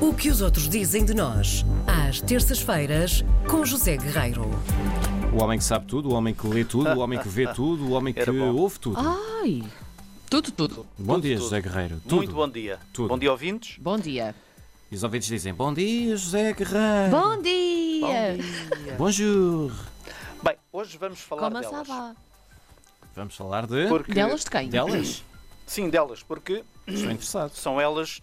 O que os outros dizem de nós, às terças-feiras, com José Guerreiro. O homem que sabe tudo, o homem que lê tudo, o homem que vê tudo, o homem que Era bom. ouve tudo. Ah. Ai, tudo, tudo. bom tudo, dia, tudo. José Guerreiro. Muito bom dia. Tudo. Bom dia, ouvintes. Bom dia. E os ouvintes dizem: Bom dia, José Guerreiro. Bom dia! Bonjour. Bem, hoje vamos falar Como delas. sabá? Vamos falar de. Porque... Delas de quem? Delas? Sim, delas, porque Estou interessado. são elas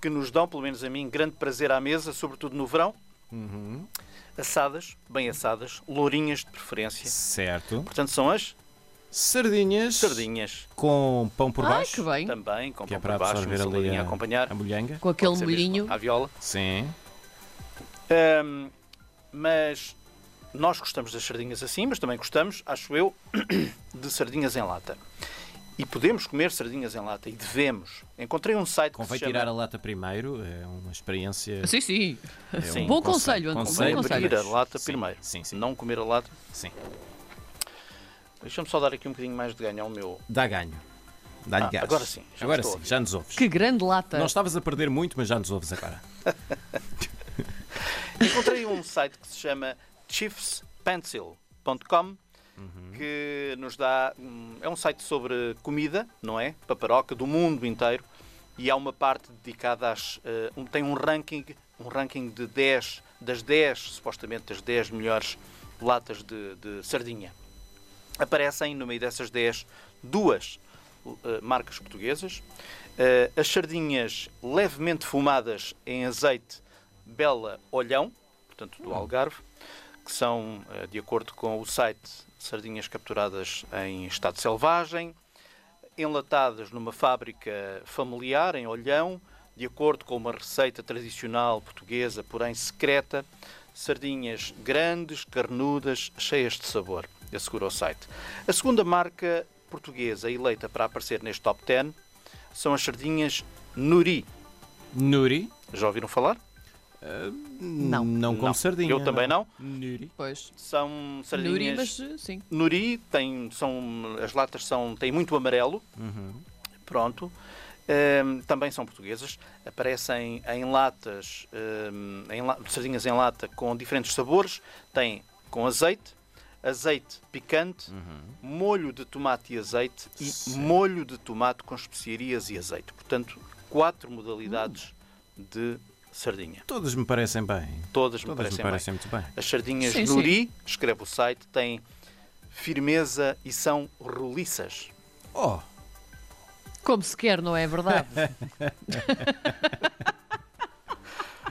que nos dão, pelo menos a mim, grande prazer à mesa, sobretudo no verão. Uhum. Assadas, bem assadas, lourinhas de preferência. Certo. Portanto, são as Sardinhas. sardinhas Com pão por Ai, baixo. Ah, que bem. também, com Que é pão para por baixo, uma absorver ali saladinha a, a acompanhar. a molhanga. Com Pode aquele ser molhinho. mesmo À viola. Sim. Ahm, mas nós gostamos das sardinhas assim, mas também gostamos, acho eu, de sardinhas em lata. E podemos comer sardinhas em lata e devemos. Encontrei um site que Convém se chama tirar a lata primeiro. É uma experiência. Sim, sim. é Sim. um Bom conselho, António, Convém bom abrir a conselho. lata Sim, primeiro. Sim, sim. Não comer a lata. sim. Deixa-me só dar aqui um bocadinho mais de ganho ao meu. Dá ganho. Dá-lhe Ah, gás. agora sim, já agora estou a sim, ouvir. já nos ouves. Que grande lata. Não estavas a perder muito, mas já nos ouves agora. Encontrei um site que se chama chiefspencil.com que nos dá. hum, É um site sobre comida, não é? Paparoca, do mundo inteiro. E há uma parte dedicada às. eh, um- tem um ranking, um ranking de 10, das 10, supostamente das 10 melhores latas de, de sardinha. Aparecem, no meio dessas 10, duas eh, marcas portuguesas. Eh, as sardinhas levemente fumadas em azeite Bela Olhão, portanto do Algarve, que são, eh, de acordo com o site, sardinhas capturadas em estado selvagem, enlatadas numa fábrica familiar em Olhão, de acordo com uma receita tradicional portuguesa, porém secreta, sardinhas grandes, carnudas, cheias de sabor, assegura o site. A segunda marca portuguesa eleita para aparecer neste top 10 são as sardinhas Nuri. Nuri. Já ouviram falar? Não. Não como Não. sardinha. Eu também não. Nuri. Pois. São sardinhas... Nuri, mas eh, sim. Nuri tem, são, as latas são, têm muito amarelo. Uhum. Pronto. Ehm, também são portuguesas. Aparecem em latas, ehm, em la- sardinhas em lata com diferentes sabores. Tem com azeite, azeite picante, molho de tomate e azeite e molho de tomate com especiarias e azeite. Portanto, quatro modalidades de sardinha. Todas me parecem bem. Hum. Todas, me Todas parecem, me bem. parecem muito bem. As sardinhas Sim, sim. Nuri, escreve o site, têm firmeza e são roliças. Oh, Como se quer, não é verdade?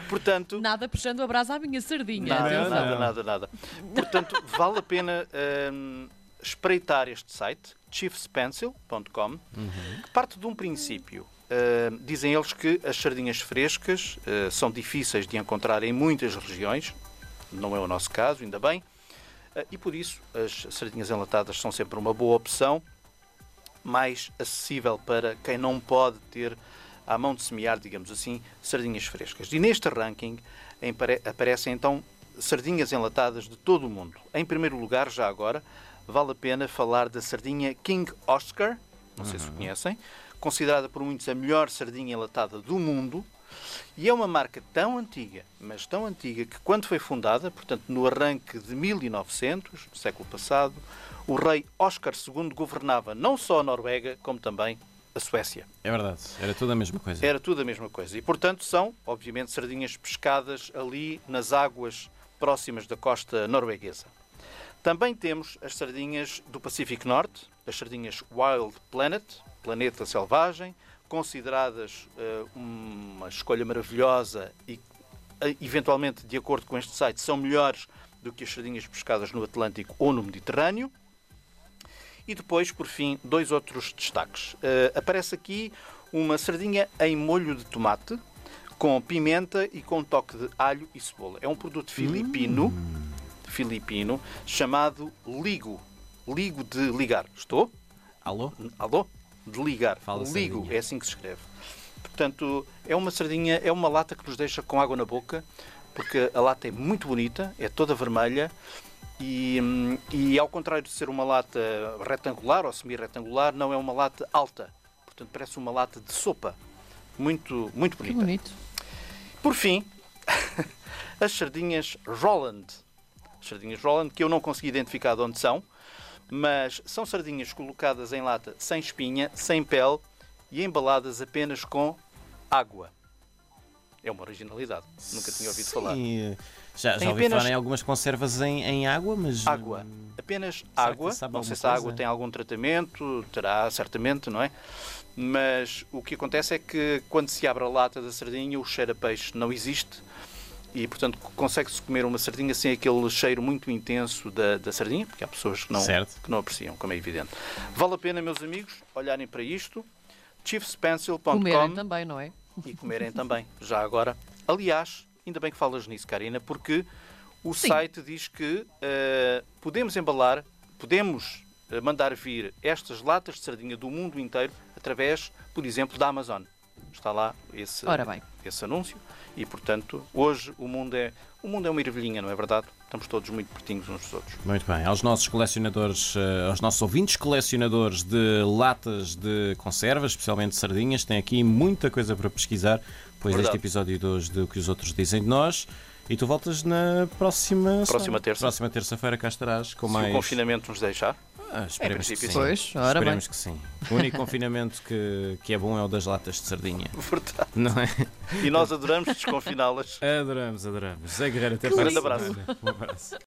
Portanto, Nada puxando a brasa à minha sardinha. nada, atenção. nada, Não. nada, nada. Portanto, vale a pena hum, espreitar este site, chiefspencil.com, que parte de um princípio. Hum, dizem eles que as sardinhas frescas eh, são difíceis de encontrar em muitas regiões, não é o nosso caso, ainda bem, Eh, e por isso as sardinhas enlatadas são sempre uma boa opção, mais acessível para quem não pode ter à mão de semear, digamos assim, sardinhas frescas. E neste ranking em pare- aparecem então sardinhas enlatadas de todo o mundo. Em primeiro lugar, já agora, vale a pena falar da sardinha King Oscar, não sei se o conhecem, considerada por muitos a melhor sardinha enlatada do mundo. E é uma marca tão antiga, mas tão antiga, que quando foi fundada, portanto no arranque de 1900, do século passado, o rei Oscar II governava não só a Noruega, como também a Suécia. é verdade. Era tudo a mesma coisa. Era tudo a mesma coisa. E, portanto, são, obviamente, sardinhas pescadas ali nas águas próximas da costa norueguesa. Também temos as sardinhas do Pacífico Norte, as sardinhas Wild Planet, Planeta Selvagem, consideradas eh, uma escolha maravilhosa e, eh, eventualmente, de acordo com este site, são melhores do que as sardinhas pescadas no Atlântico ou no Mediterrâneo. E depois, por fim, dois outros destaques. Eh, aparece aqui uma sardinha em molho de tomate, com pimenta e com um toque de alho e cebola. É um produto filipino, filipino chamado ligo. Ligo de ligar. Estou? Alô? Alô? De ligar. Fala, ligo, sardinha. é assim que se escreve. Portanto, é uma sardinha, é uma lata que nos deixa com água na boca, porque a lata é muito bonita, é toda vermelha. E, hum, e ao contrário de ser uma lata retangular ou semi-retangular, não é uma lata alta. Portanto, parece uma lata de sopa. Muito, muito Que bonita. bonito. Por fim, as sardinhas Roland. As sardinhas Roland, que eu não consegui identificar de onde são, mas são sardinhas colocadas em lata sem espinha, sem pele e embaladas apenas com água. É uma originalidade. Nunca tinha ouvido Sim, falar. eh, Já, Tem já ouvi apenas- falar em algumas conservas em, em água, mas. eh, Água. Apenas Será que água. sabe Não alguma sei se a água coisa? tem algum tratamento, terá certamente, não é? Mas o que acontece é que quando se abre a lata da sardinha, o cheiro a peixe não existe e, portanto, consegue-se comer uma sardinha sem aquele cheiro muito intenso da, da sardinha, porque há pessoas que não, Certo. que não apreciam, como é evidente. Vale a pena, meus amigos, olharem para isto. Comerem chiefspencil.com também, não é? e comerem também, já agora. Aliás, ainda bem que falas nisso, Karina, porque o Sim. site diz que eh, podemos embalar, podemos eh, mandar vir estas latas de sardinha do mundo inteiro através, por exemplo, da Amazon. Está lá esse, Ora bem. esse anúncio e, portanto, hoje o mundo é o mundo é uma ervilhinha, não é verdade? Estamos todos muito pertinhos uns dos outros. Muito bem. Aos nossos colecionadores, eh, aos nossos ouvintes colecionadores de latas de conservas, especialmente de sardinhas, tem aqui muita coisa para pesquisar, pois Verdade. deste episódio de hoje do que os outros dizem de nós. E tu voltas na próxima Próxima semana. terça. Próxima terça-feira cá estarás com Se mais. o confinamento nos deixar, Ah, esperemos Em que princípio, sim. sim. Pois, ora esperemos que sim. O único confinamento que, que é bom é o das latas de sardinha, verdade. não é? E nós adoramos desconfiná-las. Adoramos, adoramos. Zé Guerreiro, até Um para a grande abraço. semana. Um abraço.